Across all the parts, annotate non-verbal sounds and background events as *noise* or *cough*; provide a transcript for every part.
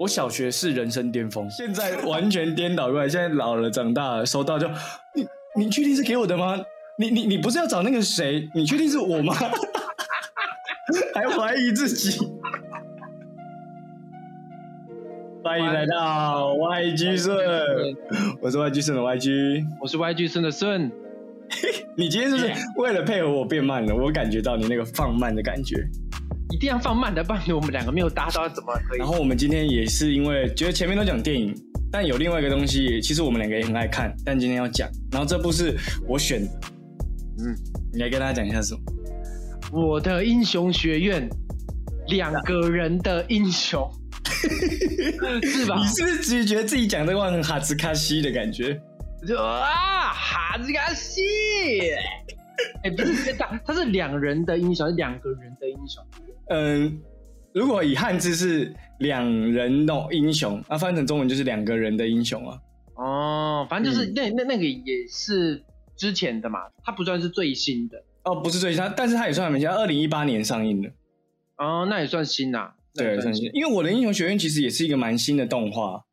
我小学是人生巅峰，现在 *laughs* 完全颠倒过来。现在老了，长大了，收到就你，你确定是给我的吗？你你你不是要找那个谁？你确定是我吗？ *laughs* 还怀疑自 *laughs* 己。欢迎来到 YG 顺，我是 YG 顺的 YG。我是 YG 孙的孙，你今天是不是 Yeah 为了配合我变慢了？我感觉到你那个放慢的感觉。一定要放慢的，不然我们两个没有搭到，怎么可以然？后我们今天也是因为觉得前面都讲电影，但有另外一个东西，其实我们两个也很爱看，但今天要讲。然后这部是我选的，嗯，你来跟大家讲一下是什么？我的英雄学院，两个人的英 *laughs* 雄，是吧你？是不是只觉得自己讲这个话很哈兹卡西的感觉？就啊，哈这个戏，哎、不是大，他是两人的英雄，是两个人的英雄，嗯，如果以汉字是两人的英雄，那、翻成中文就是两个人的英雄啊。哦，反正就是、嗯那那那个也是之前的嘛，它不算是最新的，哦，不是最新，它但是它也算很新，二零一八年上映的。哦，那也算新呐、那也对，算新。因为我的英雄学院其实也是一个蛮新的动画。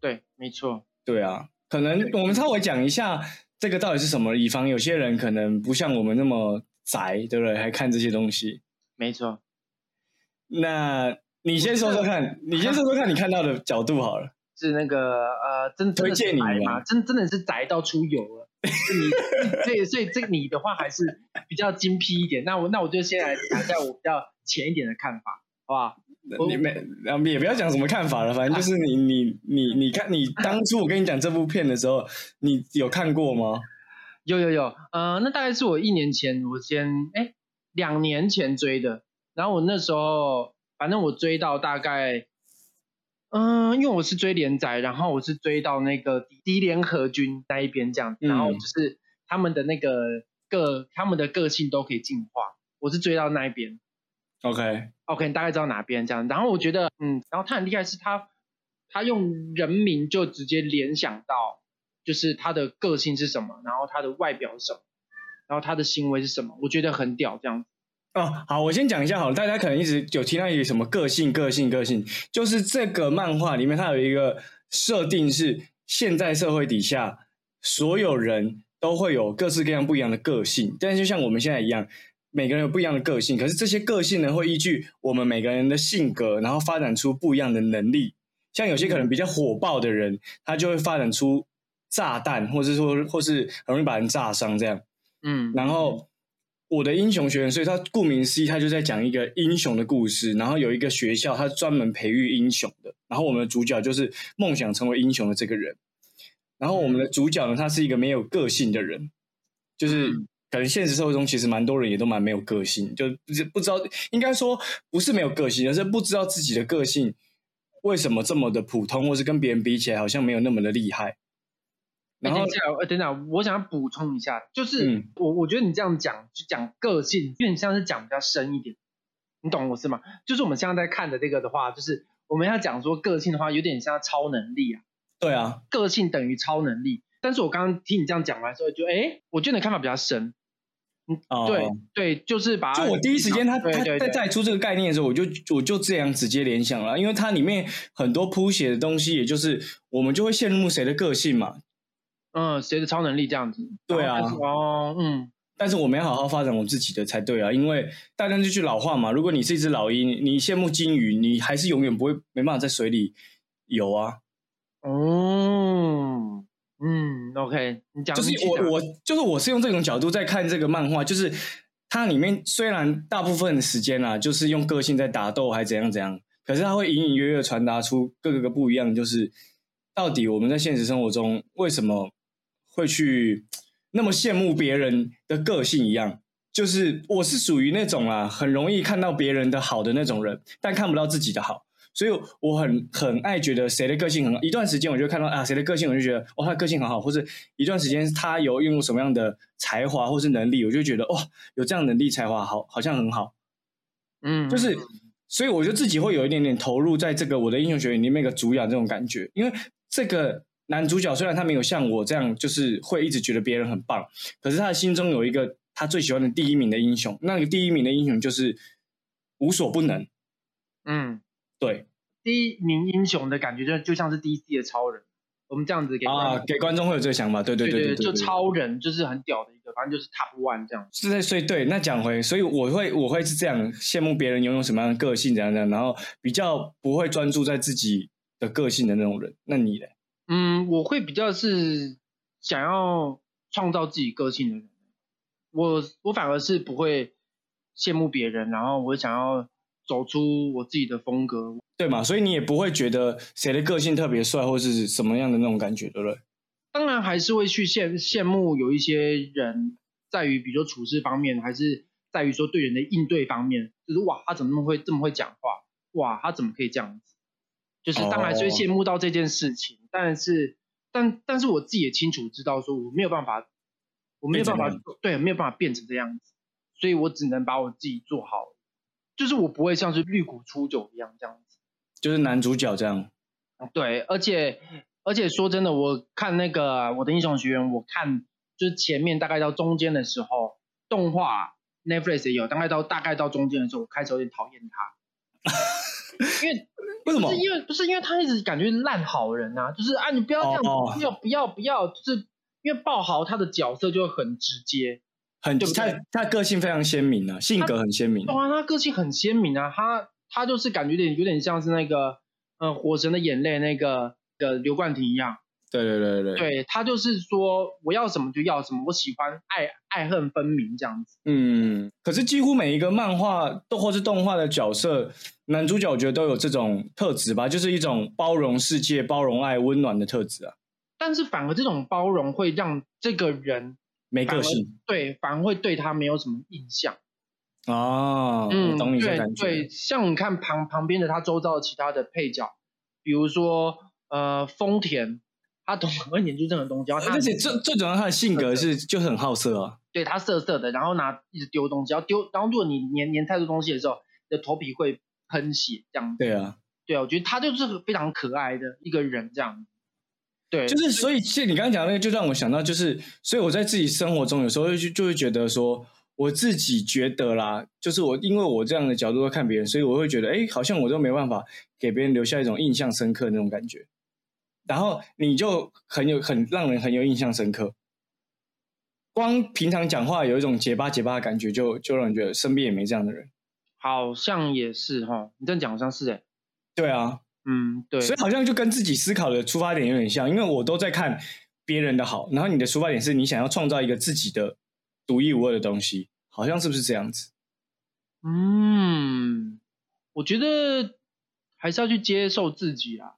对，没错，对啊，可能我们稍微讲一下这个到底是什么，以防有些人可能不像我们那么宅，对不对？还看这些东西。没错。那你先说说看，你先说说看你看到的角度好了。是那个呃，真真推的是荐你啊宅吗嘛，真真的是宅到出油了。是你所以所以这个你的话还是比较精辟一点。那我那我就先来讲一下我比较浅一点的看法，好不好？我你没，啊也不要讲什么看法了，反正就是你你你你看，你当初我跟你讲这部片的时候，你有看过吗？有有有，呃，那大概是我一年前，我先哎两年前追的，然后我那时候反正我追到大概，嗯、因为我是追连载，然后我是追到那个敌敌联合军那一边这样，然后嗯就是他们的那个个他们的个性都可以进化，我是追到那一边 OK， ，OK，大概知道哪边这样，然后我觉得嗯，然后他很厉害是他他用人名就直接联想到就是他的个性是什么，然后他的外表是什么，然后他的行为是什么，我觉得很屌这样子。哦，好，我先讲一下好了，大家可能一直有听到有什么个性、个性、个性，就是这个漫画里面它有一个设定是，现在社会底下所有人都会有各式各样不一样的个性，但是就像我们现在一样，每个人有不一样的个性，可是这些个性呢，会依据我们每个人的性格，然后发展出不一样的能力。像有些可能比较火爆的人，他就会发展出炸弹，或是说，或是很容易把人炸伤这样。嗯，然后我的英雄学院，所以它顾名思义，它就在讲一个英雄的故事。然后有一个学校，它专门培育英雄的。然后我们的主角就是梦想成为英雄的这个人。然后我们的主角呢，他是一个没有个性的人，就是嗯可能现实社会中其实蛮多人也都蛮没有个性，就不知不知道，应该说不是没有个性，而是不知道自己的个性为什么这么的普通，或是跟别人比起来好像没有那么的厉害。哎然后等一下，呃，等等，我想要补充一下，就是、嗯我我觉得你这样讲，就讲个性，有点像是讲比较深一点，你懂我是吗？就是我们现在在看的这个的话，就是我们要讲说个性的话，有点像超能力啊，对啊，个性等于超能力。但是我刚刚听你这样讲完之后，就哎，我觉得你的看法比较深，哦、对对，就是把它就我第一时间他啊对他对在对，带出这个概念的时候，我就我就这样直接联想了，因为它里面很多铺写的东西，也就是我们就会陷入谁的个性嘛。嗯，谁的超能力这样子？对啊然后就是哦，嗯，但是我们要好好发展我自己的才对啊，因为大家就去老话嘛，如果你是一只老鹰，你你羡慕金鱼，你还是永远不会没办法在水里游啊。哦，嗯，OK，你讲，就是你去讲我我就是我是用这种角度在看这个漫画，就是它里面虽然大部分的时间啊，就是用个性在打斗，还怎样怎样，可是它会隐隐约约地传达出各个个不一样，就是到底我们在现实生活中为什么会去那么羡慕别人的个性一样。就是我是属于那种啊，很容易看到别人的好的那种人，但看不到自己的好。所以我很很爱觉得谁的个性很好。一段时间我就看到啊，谁的个性我就觉得哦，他的个性很好，或者一段时间他有拥有什么样的才华或是能力，我就觉得哦，有这样能力才华好，好像很好。嗯，就是嗯所以我就自己会有一点点投入在这个我的英雄学院里面一个主角这种感觉，因为这个。男主角虽然他没有像我这样，就是会一直觉得别人很棒，可是他的心中有一个他最喜欢的第一名的英雄，那个第一名的英雄就是无所不能，嗯，对，第一名英雄的感觉就就像是 DC 的超人，我们这样子给观啊，众给观众会有这个想法，对对对对就对，超人就是很屌的一个，反正就是 Top One 这样。是在所以对，那讲回，所以我会我会是这样羡慕别人拥有什么样的个性，怎样怎样，然后比较不会专注在自己的个性的那种人。那你嘞？嗯，我会比较是想要创造自己个性的人，我我反而是不会羡慕别人，然后我想要走出我自己的风格。对嘛？所以你也不会觉得谁的个性特别帅，或是什么样的那种感觉，对不对？当然还是会去羡羡慕有一些人，在于比如说处事方面，还是在于说对人的应对方面，就是哇，他怎么那么会这么会讲话？哇，他怎么可以这样子？就是当然是会哦羡慕到这件事情，但是但但是我自己也清楚知道说我没有办法，我没有办法变对没有办法变成这样子，所以我只能把我自己做好，就是我不会像是绿谷出酒一样这样子。就是男主角这样。对，而且嗯而且说真的，我看那个《我的英雄学院》，我看就是前面大概到中间的时候，动画 Netflix 也有，大概到大概到中间的时候，我开始有点讨厌他，因为 *laughs* 为什不么是？因为不是因为他一直感觉烂好人啊，就是啊你不要这样子，哦不要不要不要，就是因为爆豪他的角色就很直接，很对不对他他个性非常鲜明啊，性格很鲜明。哇，他个性很鲜明啊，他他就是感觉有点有点像是那个嗯、呃火神的眼泪那个的刘冠廷一样。对对对对，对他就是说我要什么就要什么，我喜欢爱爱恨分明这样子。嗯。可是几乎每一个漫画都或是动画的角色，男主角我觉得都有这种特质吧，就是一种包容世界、包容爱、温暖的特质啊，但是反而这种包容会让这个人没反个而性对反而会对他没有什么印象。嗯啊。我懂你的对感觉对，。像你看旁旁边的他周遭的其他的配角，比如说呃丰田，他懂很会研究这种东西，然后他而且最最主要，他的性格是就是很好色啊，对他色色的，然后拿一直丢东西，要丢，然后如果你粘粘太多东西的时候，你的头皮会喷血这样子。对啊，对啊，我觉得他就是非常可爱的一个人这样。对，就是所以，其实你刚刚讲的那个，就让我想到，就是所以我在自己生活中有时候就就会觉得说，我自己觉得啦，就是我因为我这样的角度在看别人，所以我会觉得，哎，好像我都没办法给别人留下一种印象深刻的那种感觉。然后你就很有很让人很有印象深刻。光平常讲话有一种结巴结巴的感觉就，就让人觉得身边也没这样的人。好像也是哈，你这样讲好像是哎、对啊，嗯，对，所以好像就跟自己思考的出发点有点像，因为我都在看别人的好，然后你的出发点是你想要创造一个自己的独一无二的东西，好像是不是这样子？ *laughs* 嗯，我觉得还是要去接受自己啊。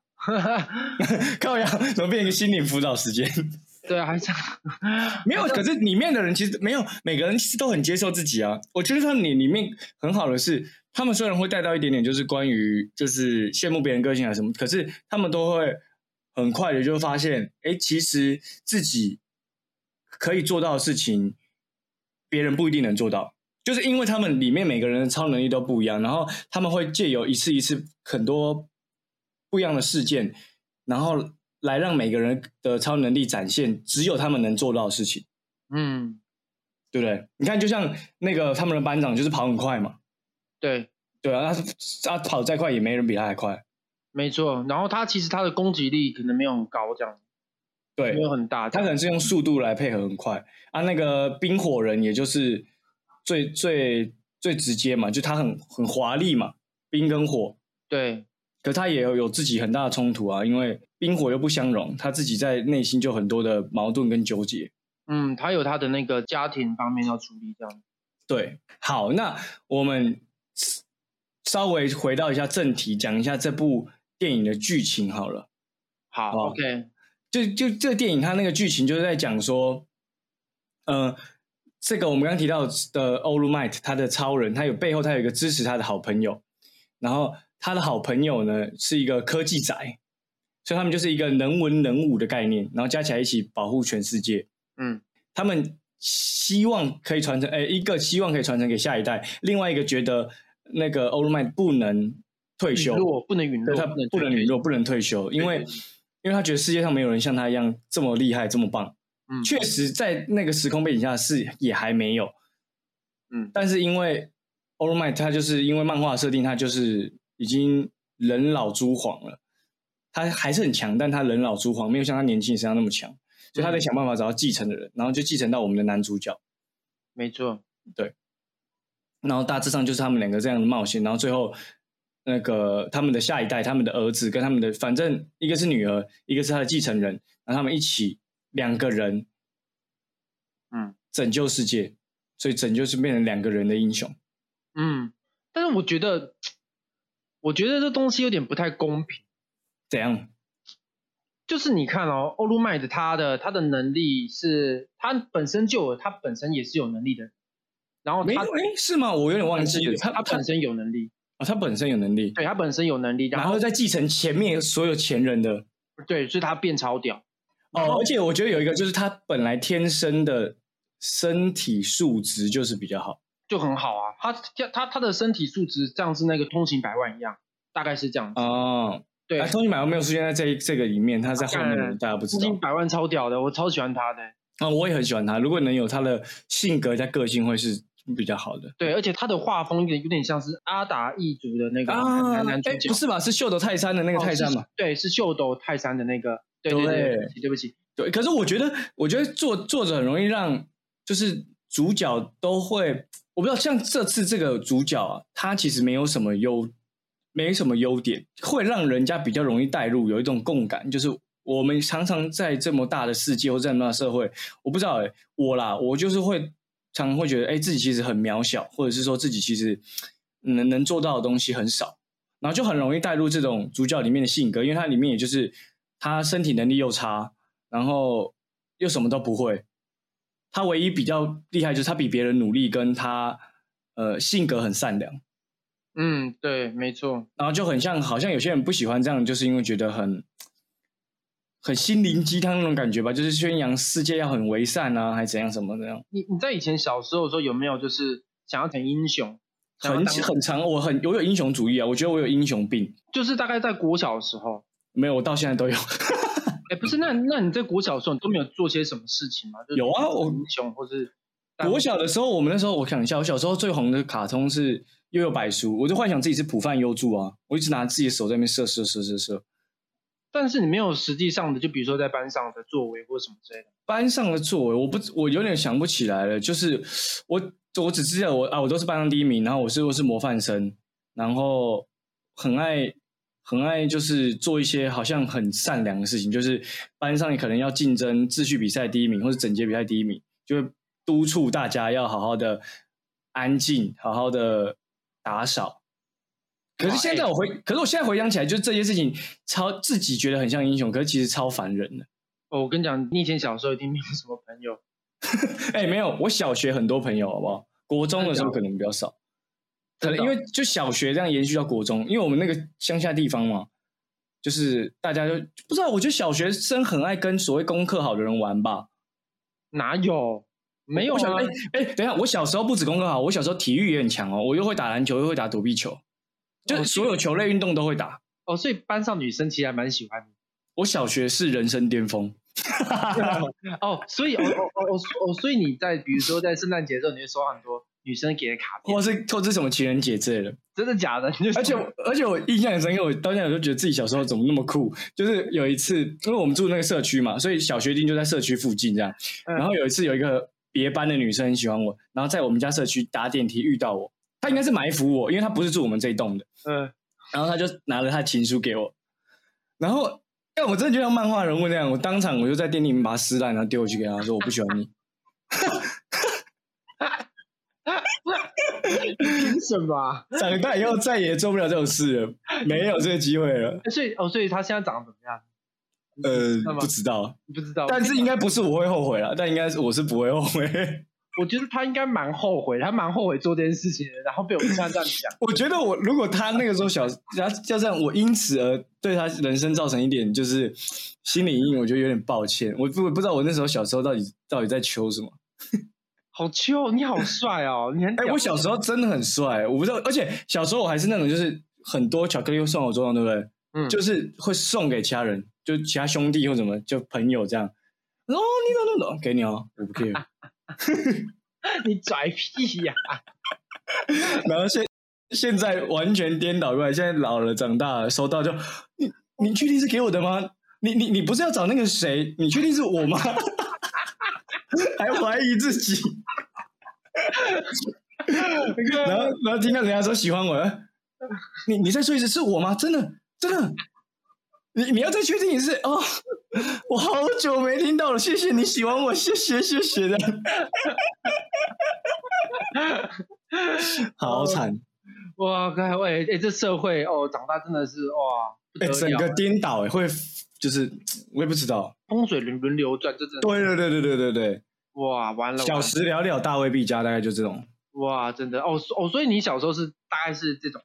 *laughs* 靠呀，怎么变一个心灵辅导时间？对啊，还是要没有，可是里面的人其实没有，每个人其实都很接受自己啊。我觉得他们里里面很好的是，他们虽然会带到一点点就是关于就是羡慕别人个性啊什么，可是他们都会很快的就发现，哎，其实自己可以做到的事情，别人不一定能做到。就是因为他们里面每个人的超能力都不一样，然后他们会借由一次一次很多不一样的事件，然后来让每个人的超能力展现只有他们能做到的事情，嗯，对不对？你看，就像那个他们的班长就是跑很快嘛，对，对啊，他他跑再快也没人比他还快，没错。然后他其实他的攻击力可能没有很高，这样没对有很大。他可能是用速度来配合很快啊。那个冰火人也就是最最最直接嘛，就他很很华丽嘛，冰跟火，对，可他也有有自己很大的冲突啊，因为冰火又不相容，他自己在内心就很多的矛盾跟纠结。嗯，他有他的那个家庭方面要处理，这样。对，好，那我们稍微回到一下正题，讲一下这部电影的剧情好了。好好，OK，就就这个电影，它那个剧情就是在讲说，呃，这个我们刚刚提到的欧鲁麦特，他的超人，他有背后他有一个支持他的好朋友，然后他的好朋友呢是一个科技宅，所以他们就是一个能文能武的概念，然后加起来一起保护全世界。嗯他们希望可以传承，呃，一个希望可以传承给下一代，另外一个觉得那个欧鲁麦特不能退休，陨落不能陨对落，他不能退陨落，不能退休，因为对对因为他觉得世界上没有人像他一样这么厉害，这么棒。嗯，确实，在那个时空背景下是也还没有，嗯但是因为 All Might 他就是因为漫画设定，他就是已经人老珠黄了，他还是很强，但他人老珠黄，没有像他年轻时候那么强，所以嗯他得想办法找到继承的人，然后就继承到我们的男主角。没错，然后大致上就是他们两个这样的冒险，然后最后那个他们的下一代，他们的儿子跟他们的，反正一个是女儿，一个是他的继承人，然后他们一起两个人嗯拯救世界，所以拯救是变成两个人的英雄。嗯，但是我觉得，我觉得这东西有点不太公平。怎样？就是你看哦，欧鲁麦的他的他的能力是，他本身就有，他本身也是有能力的人，然后没哦他有？哎，是吗？我有点忘记了。他他他本身有能力，哦，他本身有能力，对他本身有能力，然然后再继承前面所有前人的。对，所以他变超屌。然哦，后而且我觉得有一个就是他本来天生的身体素质就是比较好。就很好啊。他他他他的身体素质像是那个通行百万一样，大概是这样子。哦，对，嗯啊，通信百万没有出现在这一这个里面，他在后面当然大家不知通道行。百万超屌的，我超喜欢他的。啊、我也很喜欢他，如果能有他的性格加个性，会是比较好的。对，而且他的画风有点有点像是阿达一族的那个男、啊，男主哎，角，不是吧？是秀斗泰山的那个哦泰山是嘛？对，是秀斗泰山的那个。对对对，对对不起对不起，对，可是我觉得，我觉得作作者很容易让，就是主角都会，我不知道，像这次这个主角啊，他其实没有什么优，没什么优点，会让人家比较容易带入，有一种共感，就是我们常常在这么大的世界或这么大的社会，我不知道、欸，我啦，我就是会常常会觉得，哎、自己其实很渺小，或者是说自己其实嗯能能做到的东西很少，然后就很容易带入这种主角里面的性格，因为他里面也就是他身体能力又差，然后又什么都不会，他唯一比较厉害就是他比别人努力，跟他呃性格很善良，嗯，对，没错，然后就很像，好像有些人不喜欢这样，就是因为觉得很很心灵鸡汤那种感觉吧，就是宣扬世界要很为善啊，还怎样什么怎样。你你在以前小时候的时候有没有就是想要成英雄？想要很当很长，我很我有英雄主义啊，我觉得我有英雄病，就是大概在国小的时候，没有，我到现在都有。哎，不是，那那你在国小的时候你都没有做些什么事情吗？就是有啊我英雄或是当我小的时候，我们那时候我想一下，我小时候最红的卡通是《悠悠白书》，我就幻想自己是浦饭优助啊，我一直拿自己的手在那边射射射射射。但是你没有实际上的，就比如说在班上的作为或什么之类的。班上的作为，我不，我有点想不起来了。就是我，我只知道我啊，我都是班上第一名，然后我是我是模范生，然后很爱很爱就是做一些好像很善良的事情，就是班上可能要竞争秩序比赛第一名或者整洁比赛第一名，就会督促大家要好好的安静，好好的打扫。可是现在我回，可是我现在回想起来，就是这些事情超自己觉得很像英雄，可是其实超烦人的。哦，我跟你讲，你以前小时候一定没有什么朋友， *laughs* 哎、没有，我小学很多朋友，好不好？国中的时候可能比较少，可真能的因哦为就小学这样延续到国中，因为我们那个乡下地方嘛，就是大家就不知道，我觉得小学生很爱跟所谓功课好的人玩吧。哪有？没有我小啊哎，哎、等一下，我小时候不止功课好，我小时候体育也很强哦，我又会打篮球，又会打躲避球，就哦所有球类运动都会打。哦，所以班上女生其实还蛮喜欢你。我小学是人生巅峰， *laughs* 哦，所以哦哦哦哦哦，所以你在比如说在圣诞节的时候，你会收到很多女生给的卡片或，是或是什么情人节之类的。真的假的？你就而且我我而且我印象很深刻，我到现在我就觉得自己小时候怎么那么酷。就是有一次，因为我们住那个社区嘛，所以小学一定就在社区附近这样。嗯然后有一次有一个别班的女生很喜欢我，然后在我们家社区搭电梯遇到我，她应该是埋伏我，因为她不是住我们这一栋的。嗯，然后她就拿了她的情书给我，然后但我真的就像漫画人物那样，我当场我就在电梯里面把它撕烂，然后丢回去给她，说我不喜欢你。凭什么啊？ *laughs* 长大以后再也做不了这种事了，没有这个机会了。所以哦，所以她现在长得怎么样？呃那，么不知道。你不知道，但是应该不是我会后悔了，啊但应该是我是不会后悔。 *laughs* 我觉得她应该蛮后悔，她蛮后悔做这件事情的，然后被我们现在这样讲。我觉得我如果他那个时候小，他就这样，我因此而对他人生造成一点就是心理阴影，我觉得有点抱歉。我不我不知道我那时候小时候到底到底在求什么。好秋，你好帅哦，你很哎、屌我小时候真的很帅，我不知道，而且小时候我还是那种就是很多巧克力会送我桌上，对不对？嗯就是会送给其他人，就其他兄弟或什么，就朋友这样。哦，你怎么怎么给你哦，我不 care。 *laughs* 你拽屁呀、然后现现在完全颠倒过来，现在老了长大了，收到就你你确定是给我的吗？你你你不是要找那个谁？你确定是我吗？ *laughs* 还怀疑自己，然后然后听到人家说喜欢我，呃你你再说一次是我吗？真的真的，你你要再确定一次哦，我好久没听到了，谢谢你喜欢我，谢谢谢谢的， *laughs* 好惨，哇靠！喂、哎，这社会哦，长大真的是哇，不哎、得整个了，颠倒哎、会就是我也不知道，风水轮轮流转，这真的对对对对对对对，哇，完了，小完了时了了，大未必佳，大概就这种。哇，真的哦所哦，所以你小时候是大概是这种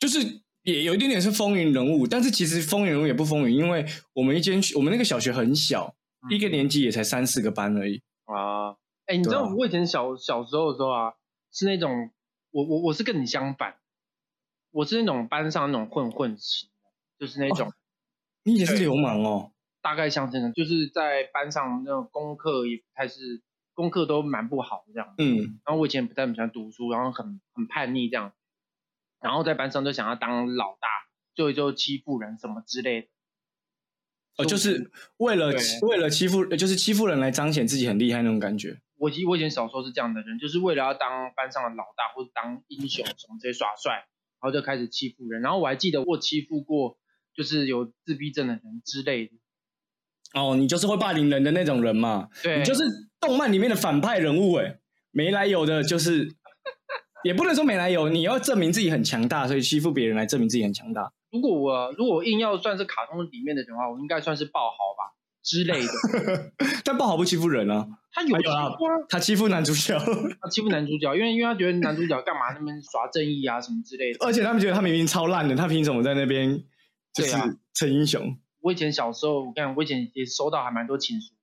就是也有一点点是风云人物，但是其实风云人物也不风云，因为我们一间我们那个小学很小，嗯一个年级也才三四个班而已。啊？哎、你知对道啊我以前小小时候的时候啊，是那种我我我是跟你相反，我是那种班上那种混混型的，就是那哦种你也是流氓哦， *laughs* 大概像这种，就是在班上那种功课也不太是功课都蛮不好这样。嗯，然后我以前不太喜欢读书，然后很很叛逆这样，然后在班上就想要当老大，就就欺负人什么之类的。哦，就是为了对为了欺负，呃就是欺负人来彰显自己很厉害那种感觉。我以我以前小时候是这样的人，就是为了要当班上的老大或者当英雄什么这些耍帅，然后就开始欺负人。然后我还记得我欺负过就是有自闭症的人之类的。哦，你就是会霸凌人的那种人嘛，对，你就是动漫里面的反派人物哎，没来由的，就是。也不能说没来由，你要证明自己很强大，所以欺负别人来证明自己很强大。如果我如果我硬要算是卡通里面的人的话，我应该算是爆豪吧之类的。但不好不欺负人啊，他有还欺有啊负啊，他欺负男主角。 *laughs* 他欺负男主角，因为因为他觉得男主角干嘛那边耍正义啊什么之类的。而且他们觉得他明明超烂的，他凭什么在那边就是对啊逞英雄？我以前小时候，我跟你讲，我以前也收到还蛮多情书，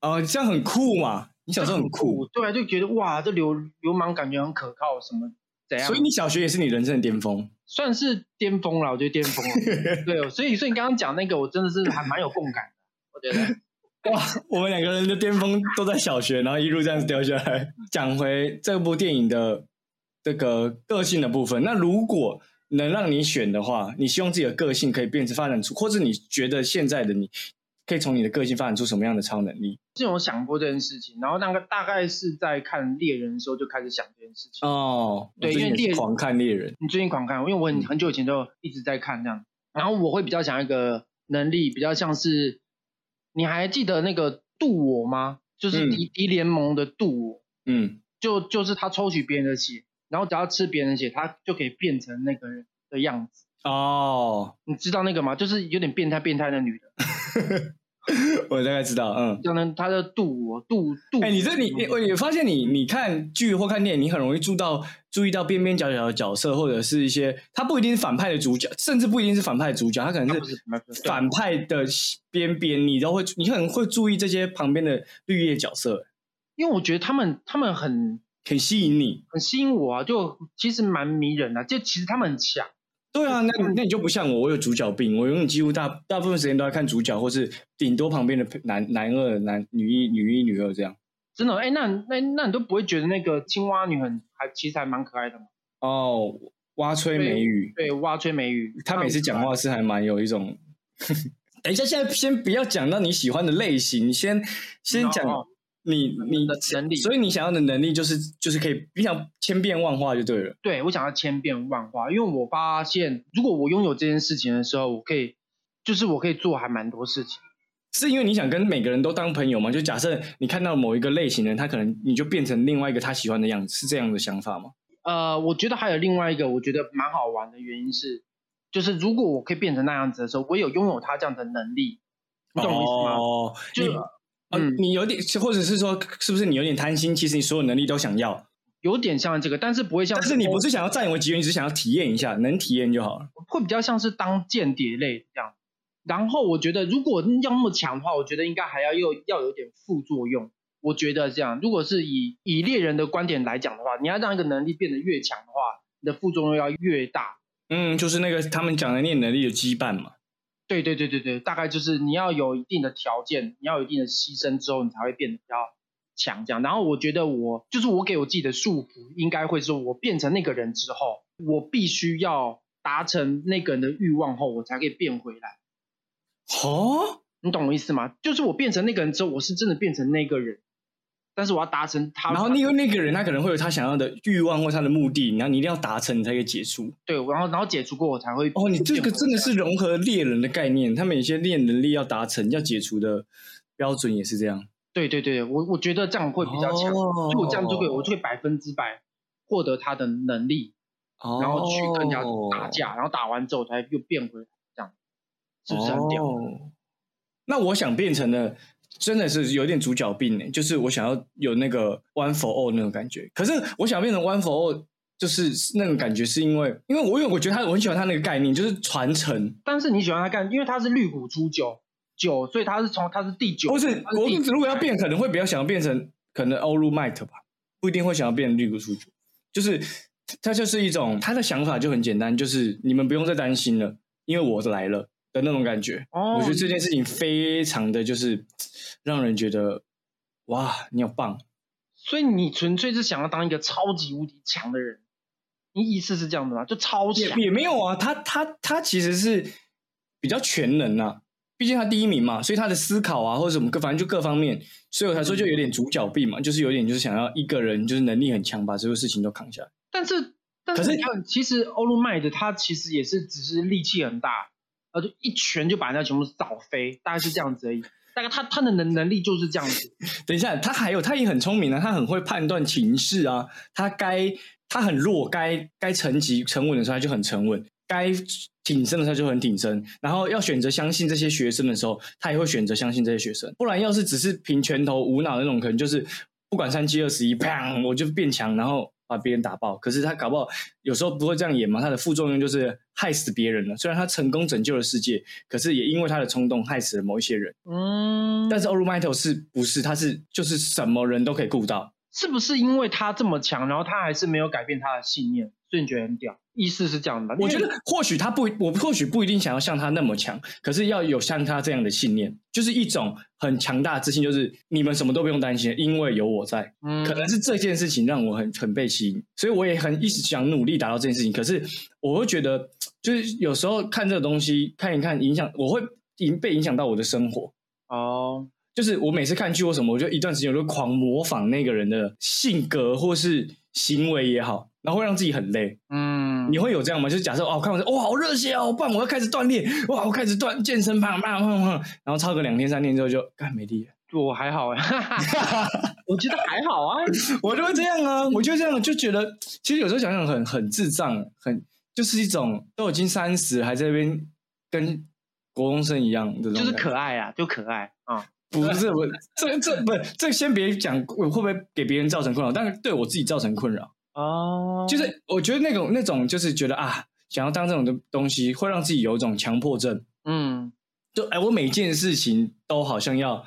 哦、这样很酷嘛！你小时候很酷，对啊，就觉得哇，这流流氓感觉很可靠，什么怎样所以，你小学也是你人生的巅峰。算是巅峰了，我觉得巅峰了。对，所以所以你刚刚讲那个，我真的是还蛮有共感的，我觉得。我们两个人的巅峰都在小学，然后一路这样子掉下来。讲回这部电影的这个个性的部分，那如果能让你选的话，你希望自己的个性可以变成发展出，或者你觉得现在的你可以从你的个性发展出什么样的超能力？是有想过这件事情，然后那个大概是在看猎人的时候就开始想这件事情。哦，对我最近因为猎也是狂看猎人，你最近狂看，因为我很很久以前就一直在看这样。然后我会比较想要一个能力，比较像是，你还记得那个渡我吗？就是嗯敌敌联盟的渡我，嗯，就就是他抽取别人的血，然后只要吃别人的血，他就可以变成那个人的样子。哦，你知道那个吗？就是有点变态变态的女的，我大概知道，嗯，就能她的渡我渡渡。哎、你这嗯你你我也发现你你看剧或看电影，你很容易注到注意到边边角角的角色，或者是一些他不一定是反派的主角，甚至不一定是反派的主角，他可她能不是是反派对反派的边边，你都会你可能会注意这些旁边的绿叶角色，因为我觉得他们他们很很吸引你。很吸引我啊，就其实蛮迷人的、就其实他们很强，对啊，那嗯那你就不像我，我有主角病，我永远几乎大大部分时间都在看主角，或是顶多旁边的男男二、男女一、女一、女二这样。真的。哎、那那那你都不会觉得那个青蛙女很还其实还蛮可爱的嘛？哦，蛙吹梅雨，对，蛙吹梅雨，他每次讲她很可爱，话是还蛮有一种。 *laughs* 等一下，现在先不要讲到你喜欢的类型，先先讲哦你你的能力所以你想要的能力就是就是可以，你想千变万化就对了。对我想要千变万化，因为我发现如果我拥有这件事情的时候，我可以就是我可以做还蛮多事情。是因为你想跟每个人都当朋友吗？就假设你看到某一个类型的人，他可能你就变成另外一个他喜欢的样子，是这样的想法吗？呃，我觉得还有另外一个我觉得蛮好玩的原因是，就是如果我可以变成那样子的时候，我有拥有他这样的能力，你懂我意思吗？哦，就你嗯嗯，你有点，或者是说，是不是你有点贪心？其实你所有能力都想要，有点像这个，但是不会像，但是你不是想要占为己有，你只是想要体验一下，能体验就好了。会比较像是当间谍类这样。然后我觉得如果要那么强的话，我觉得应该还要又要有点副作用。我觉得这样，如果是以以猎人的观点来讲的话，你要让一个能力变得越强的话，你的副作用要越大。嗯，就是那个他们讲的念能力的羁绊嘛。对对对对对，大概就是你要有一定的条件，你要有一定的牺牲之后，你才会变得比较强这样。然后我觉得我就是我给我自己的束缚，应该会是我变成那个人之后，我必须要达成那个人的欲望后，我才可以变回来。哦，你懂我意思吗？就是我变成那个人之后，我是真的变成那个人，但是我要达成他。然后那个那个人他可能会有他想要的欲望或他的目的，然后你一定要达成，你才可以解除。对，然后然后解除过我才会。哦，你这个真的是融合猎人的概念，他们有些猎人能力要达成、要解除的标准也是这样。对对对，我我觉得这样会比较强，哦所以我这样就会我就会百分之百获得他的能力，哦然后去跟人家打架，然后打完之后才又变回来，这样是不是很屌？哦那我想变成了，真的是有点主角病呢、就是我想要有那个 one for all 那种感觉。可是我想变成 one for all，就是那种感觉，是因为因为我因为我觉得他我很喜欢他那个概念，就是传承。但是你喜欢他干，因为他是绿谷初九九，所以他是从他是第九，或是他我第如果要变，可能会比较想要变成可能欧陆 Mite 吧，不一定会想要变绿谷出局。就是他就是一种他的想法就很简单，就是你们不用再担心了，因为我来了的那种感觉。哦我觉得这件事情非常的就是让人觉得哇，你好棒！所以你纯粹是想要当一个超级无敌强的人，你意思是这样的吗？就超也强，也没有啊，他他他其实是比较全能啊，毕竟他第一名嘛，所以他的思考啊或者什么各反正就各方面，所以我才说就有点主角病嘛，就是有点就是想要一个人就是能力很强，把所有事情都扛下来。但是但可是是你看，其实欧陆麦的他其实也是只是力气很大，然后就一拳就把人家全部扫飞，大概是这样子而已。大概他他的能能力就是这样子，等一下，他还有他也很聪明啊，他很会判断情势啊，他该他很弱，该该沉寂沉稳的时候他就很沉稳，该挺身的时候就很挺身，然后要选择相信这些学生的时候，他也会选择相信这些学生，不然要是只是凭拳头无脑的那种，可能就是不管三七二十一，砰我就变强，然后。把别人打爆，可是他搞不好有时候不会这样演嘛。他的副作用就是害死别人了。虽然他成功拯救了世界，可是也因为他的冲动害死了某一些人。嗯，但是 o r u m i t o 是不是他是就是什么人都可以顾到？是不是因为他这么强，然后他还是没有改变他的信念，所以你觉得很屌？意思是这样的吧，我因觉为得或许他不，我或许不一定想要像他那么强，可是要有像他这样的信念，就是一种很强大的自信，就是你们什么都不用担心，因为有我在。嗯可能是这件事情让我很很被吸引，所以我也很一直想努力达到这件事情。可是我会觉得，就是有时候看这个东西看一看，影响我会影被影响到我的生活。哦，就是我每次看剧或什么，我就一段时间我就狂模仿那个人的性格或是行为也好，然后会让自己很累。嗯，你会有这样吗？就是假设哦，我看完之后哇，好热血哦，好棒！我要开始锻炼，哇，我开始锻健身，棒棒棒棒，然后操个两天三天之后就干没力了， *laughs* 我还好，哈哈 *laughs* 我觉得还 *laughs* 好啊，我就会这样啊，我就这样，就觉得其实有时候想想很很智障，很就是一种都已经三十还在那边跟国中生一样的那种感就是觉，哦可爱啊，就可爱啊。不是 *laughs* 我这这不这先别讲会不会给别人造成困扰，但是对我自己造成困扰。哦，就是我觉得那种那种就是觉得啊，想要当这种的东西，会让自己有一种强迫症。嗯，就哎，我每件事情都好像要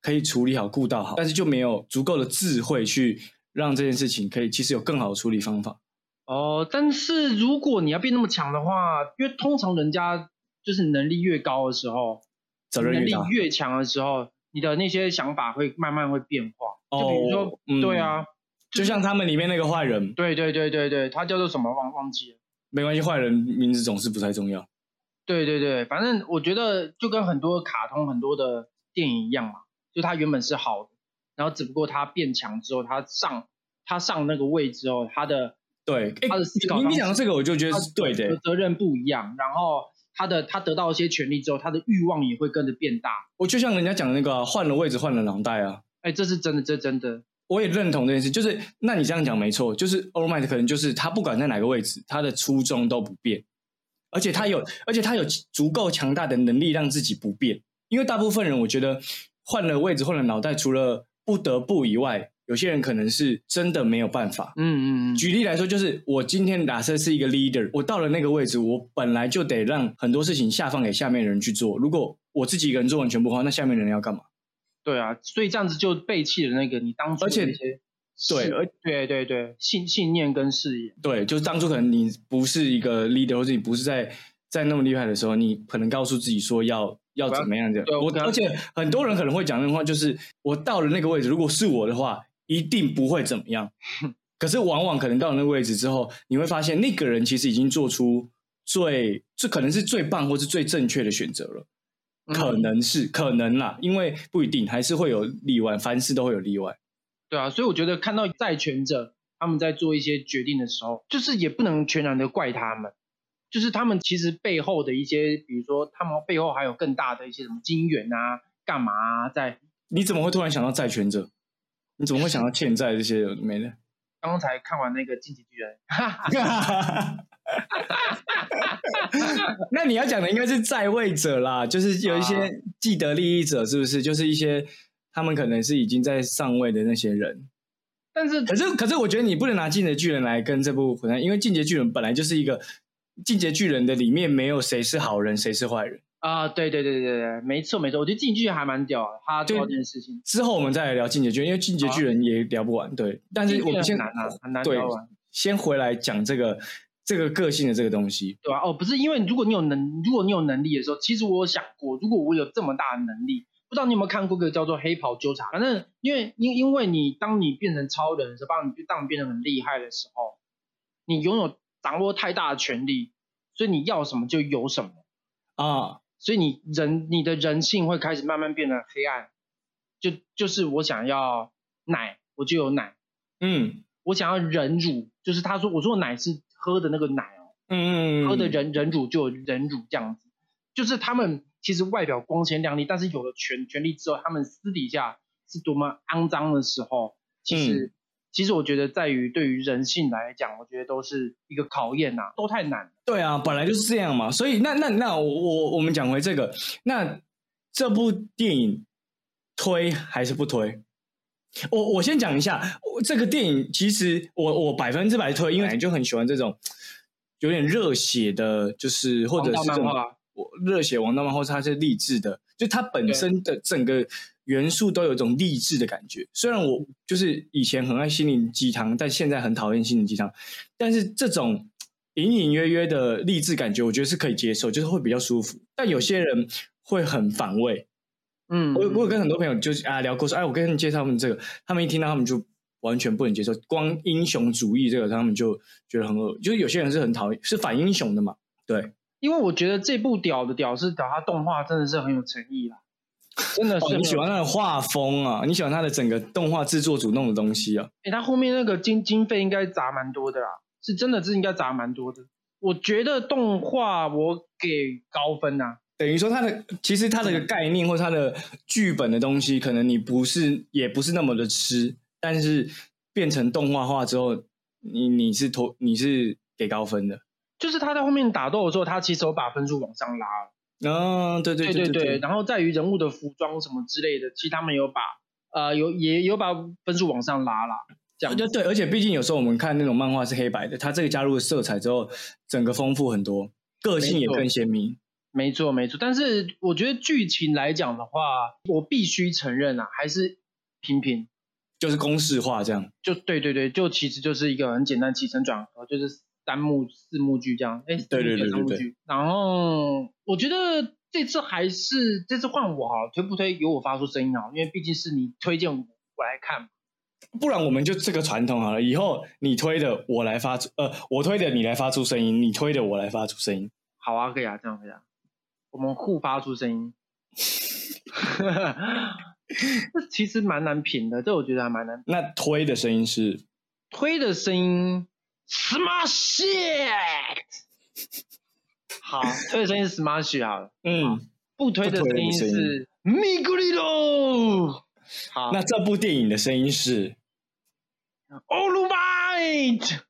可以处理好、顾到好，但是就没有足够的智慧去让这件事情可以其实有更好的处理方法。哦，但是如果你要变那么强的话，因为通常人家就是能力越高的时候，责任越大能力越强的时候，你的那些想法会慢慢会变化。就比如说，哦嗯对啊，就像他们里面那个坏人，对对对对对，他叫做什么忘忘记了。没关系，坏人名字总是不太重要。对对对，反正我觉得就跟很多卡通、很多的电影一样嘛，就他原本是好的，然后只不过他变强之后，他上他上那个位之后，他的对，哎他的思考你方你式讲这个，我就觉得是对的、责任不一样，然后他的他得到一些权利之后，他的欲望也会跟着变大。我就像人家讲的那个啊、换了位置换了脑袋啊，哎，这是真的，这是真的。我也认同这件事，就是那你这样讲没错，就是 All Might 可能就是他不管在哪个位置，他的初衷都不变，而且他有，而且他有足够强大的能力让自己不变。因为大部分人，我觉得换了位置、换了脑袋，除了不得不以外，有些人可能是真的没有办法。嗯嗯嗯，举例来说，就是我今天假设是一个 leader，我到了那个位置，我本来就得让很多事情下放给下面的人去做。如果我自己一个人做完全部的话，那下面的人要干嘛？对啊，所以这样子就背弃了那个你当初而且的那些对，信而对对对信信念跟事业。对，就是当初可能你不是一个 leader，或者你不是在在那么厉害的时候，你可能告诉自己说要要怎么样这样对。我啊我刚而且很多 *laughs* 人可能会讲那种话，就是我到了那个位置，如果是我的话，一定不会怎么样。可是往往可能到那个位置之后，你会发现那个人其实已经做出最最可能是最棒或是最正确的选择了，嗯可能是可能啦，因为不一定还是会有例外，凡事都会有例外。对啊，所以我觉得看到债权者他们在做一些决定的时候，就是也不能全然的怪他们，就是他们其实背后的一些，比如说他们背后还有更大的一些什么金源啊、干嘛啊，在你怎么会突然想到债权者？你怎么会想到欠债这些有的没的？刚才看完那个《进击巨人》， *laughs* 那你要讲的应该是在位者啦，就是有一啊些既得利益者，是不是？就是一些他们可能是已经在上位的那些人。但是可是，可是我觉得你不能拿《进击的巨人》来跟这部混在，因为《进击的巨人》本来就是一个《进击的巨人》的里面没有谁是好人，谁是坏人。啊、对对对对对，没错没错，我觉得《进击巨人》还蛮屌的，他做到对这件事情，之后我们再来聊《进击的巨人》，因为《进击的巨人》也聊不完。 *laughs* 对，但是我们先进击巨人啊很难啊，很难对聊完。先回来讲这个这个个性的这个东西。对啊，哦，不是，因为如果你有能，如果你有能力的时候，其实我有想过，如果我有这么大的能力，不知道你有没有看过一个叫做黑袍纠察？反正因为因因为你当你变成超人的时候，当你当你变得很厉害的时候，你拥有掌握太大的权力，所以你要什么就有什么，啊，所以你人你的人性会开始慢慢变得黑暗，就就是我想要奶，我就有奶；嗯我想要忍辱，就是他说我说的奶是喝的那个奶哦。嗯，嗯喝的忍忍辱就有忍辱这样子，就是他们其实外表光鲜亮丽，但是有了权权力之后，他们私底下是多么肮脏的时候，其嗯实、其实我觉得在于对于人性来讲，我觉得都是一个考验呐、都太难了。对啊，本来就是这样嘛。所以那那那我我我们讲回这个，那这部电影推还是不推？我我先讲一下，我这个电影其实我我百分之百推，因为就很喜欢这种有点热血的，就是或者是黄这道种漫画我热血王道漫画，它是励志的，就它本身的整个元素都有一种励志的感觉。虽然嗯我就是以前很爱心灵鸡汤，但现在很讨厌心灵鸡汤，但是这种隐隐约约的励志感觉，我觉得是可以接受，就是会比较舒服。但有些人会很反胃。嗯，我有我有跟很多朋友就是啊聊过说，哎，我跟你介绍他们这个，他们一听到他们就完全不能接受，光英雄主义这个他们就觉得很恶，就是有些人是很讨厌，是反英雄的嘛。对，因为我觉得这部屌的屌是屌，它动画真的是很有诚意啦，真的 *laughs* 是哦，很你有喜欢他的画风啊？你喜欢他的整个动画制作组弄的东西啊？哎、他后面那个经经费应该砸蛮多的啦，是真的是应该砸蛮多的。我觉得动画我给高分呐、等于说他的其实他的概念或他的剧本的东西，可能你不是也不是那么的吃，但是变成动画化之后，你你是投你是给高分的。就是他在后面打斗的时候，他其实有把分数往上拉了。嗯、对对对对对对，然后在于人物的服装什么之类的，其实他们有把呃有也有把分数往上拉啦。这样哦对对，而且毕竟有时候我们看那种漫画是黑白的，它这个加入了色彩之后，整个丰富很多，个性也没错更鲜明。没错没错，但是我觉得剧情来讲的话，我必须承认啊，还是平平。就是公式化这样，就对对对，就其实就是一个很简单起承转合，就是三幕四幕剧这样。哎，对对对三幕对对剧。然后我觉得这次还是这次换我好了，推不推由我发出声音好了，因为毕竟是你推荐我我来看嘛。不然我们就这个传统好了，以后你推的我来发出，呃，我推的你来发出声音，你推的我来发出声音。好啊，可以啊，这样可以啊，我们互发出声音。 *laughs* 这其实蛮难评的，这我觉得还蛮难。那推的声音是推的声音，smash it。好，推的声音是 smash 好了，嗯，不推的声音是 migurito。好，那这部电影的声音是 all right。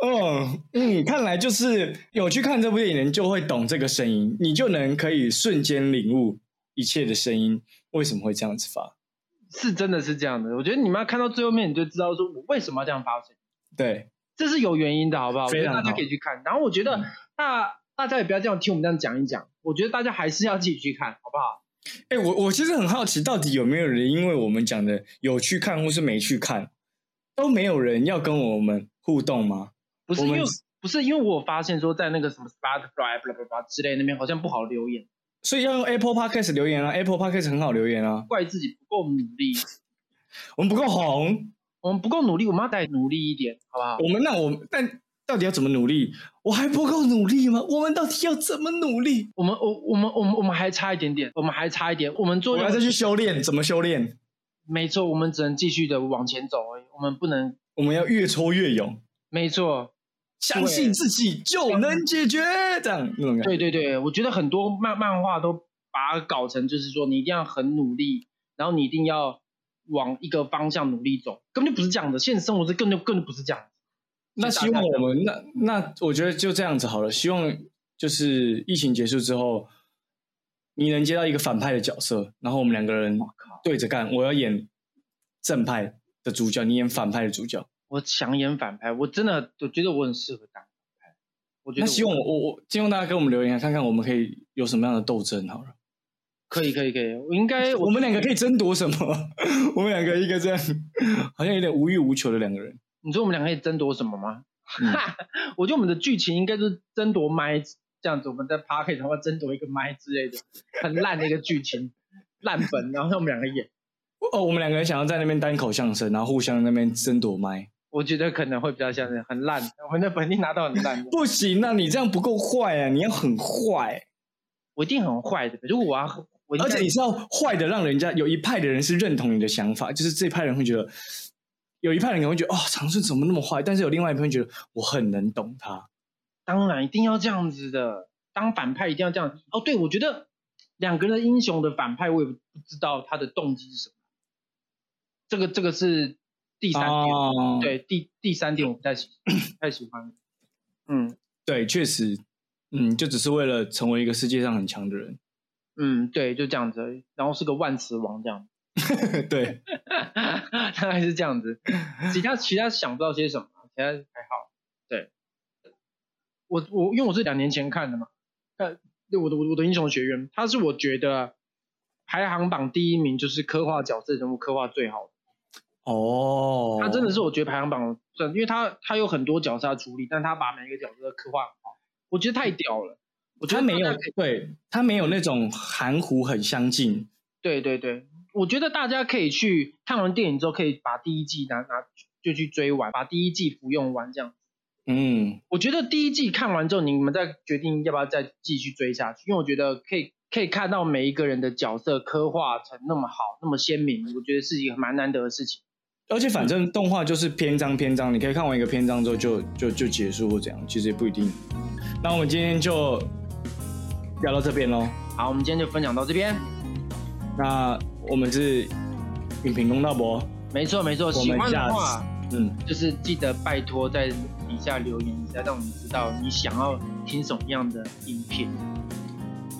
嗯嗯，看来就是有去看这部电影的人就会懂这个声音，你就能可以瞬间领悟一切的声音为什么会这样子发。是真的是这样的，我觉得你们要看到最后面，你就知道说我为什么要这样发声音。对，这是有原因的，好不好？我觉非得常大家好可以去看。然后我觉得嗯大、大家也不要这样听我们这样讲一讲，我觉得大家还是要自己去看，好不好？哎、我我其实很好奇，到底有没有人因为我们讲的有去看或是没去看，都没有人要跟我们互动吗？不是我因们为不是因为我发现说在那个什么 Spotify 巴拉巴拉之类那边好像不好留言，所以要用 Apple Podcast 留言啊，Apple Podcast 很好留言啊，怪自己不够努力。我们不够红，我们不够努力，我们要再努力一点，好不好？我们那我们但到底要怎么努力？我还不够努力吗？我们到底要怎么努力？我们我我们我们我们还差一点点，我们还差一点，我们做我要再去修炼，怎么修炼？没错，我们只能继续的往前走而已，我们不能我们要越挫越勇，没错，相信自己就能解决，这样那种感觉。对对对，我觉得很多漫漫画都把它搞成就是说你一定要很努力，然后你一定要往一个方向努力走，根本就不是这样的，现实生活中根本就根本就不是这样。那希望我们那那我觉得就这样子好了。希望就是疫情结束之后，你能接到一个反派的角色，然后我们两个人我靠，对着干。我要演正派的主角，你演反派的主角。我想演反派，我真的我觉得我很适合当反派，我觉得那我希望我我我希望大家给我们留言，看看我们可以有什么样的斗争好了。可以可以可以，哎我应该我们两个可以争夺什么？ *laughs* 我们两个一个这样，好像有点无欲无求的两个人。你说我们两个可以争夺什么吗？嗯我觉得我们的剧情应该就是争夺麦这样子，我们在 p a r k 上面争夺一个麦之类的，很烂的一个剧情， *laughs* 烂本，然后我们两个演，哦，我们两个人想要在那边单口相声，然后互相那边争夺麦，我觉得可能会比较像是很烂，我们的本地拿到很烂的，不行啊！你这样不够坏啊！你要很坏，我一定很坏的。如果我要，我应而该且你是要坏的，让人家有一派的人是认同你的想法，就是这一派人会觉得，有一派人可能会觉得哦，长顺怎么那么坏？但是有另外一派人觉得我很能懂他。当然一定要这样子的，当反派一定要这样。哦，对，我觉得两个人英雄的反派，我也不知道他的动机是什么，这个这个是第三点。哦，对，第第三点我不太喜 *clears throat* 不太喜欢。嗯对，确实，嗯，就只是为了成为一个世界上很强的人。 *laughs* 嗯，对，就这样子而已。然后是个万磁王这样，对， *laughs* 大概是这样子。其他其他想不到些什么，其他还好。对，我我因为我是两年前看的嘛，呃，对我的我的我的英雄学院，它是我觉得排行榜第一名，就是刻画角色人物刻画最好的。哦，他真的是我觉得排行榜算，因为他他有很多角色要处理，但他把每一个角色都刻画很好，我觉得太屌了。我觉他得没有大家可以，对他没有那种含糊很相近。对对对，我觉得大家可以去看完电影之后，可以把第一季拿拿就去追完，把第一季服用完这样。嗯，我觉得第一季看完之后，你们再决定要不要再继续追下去，因为我觉得可以可以看到每一个人的角色刻画成那么好，那么鲜明，我觉得是一个蛮难得的事情。而且反正动画就是篇章篇章，你可以看完一个篇章之后就就就结束或怎样，其实也不一定。那我们今天就聊到这边喽。好，我们今天就分享到这边。那我们是影评公道博，没错没错，我喜们欢下的话。次嗯，就是记得拜托在底下留言一下，让我们知道你想要听什么样的音频，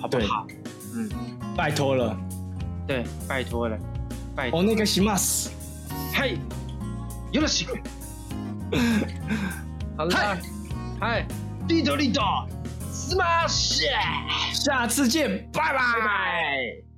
好不好？嗯，拜托了，哦对，拜托了，拜托。お願いします。嗨，よろしく。好了嗨，嗨，立着立着，スマッシュ，下次见，拜拜拜。拜。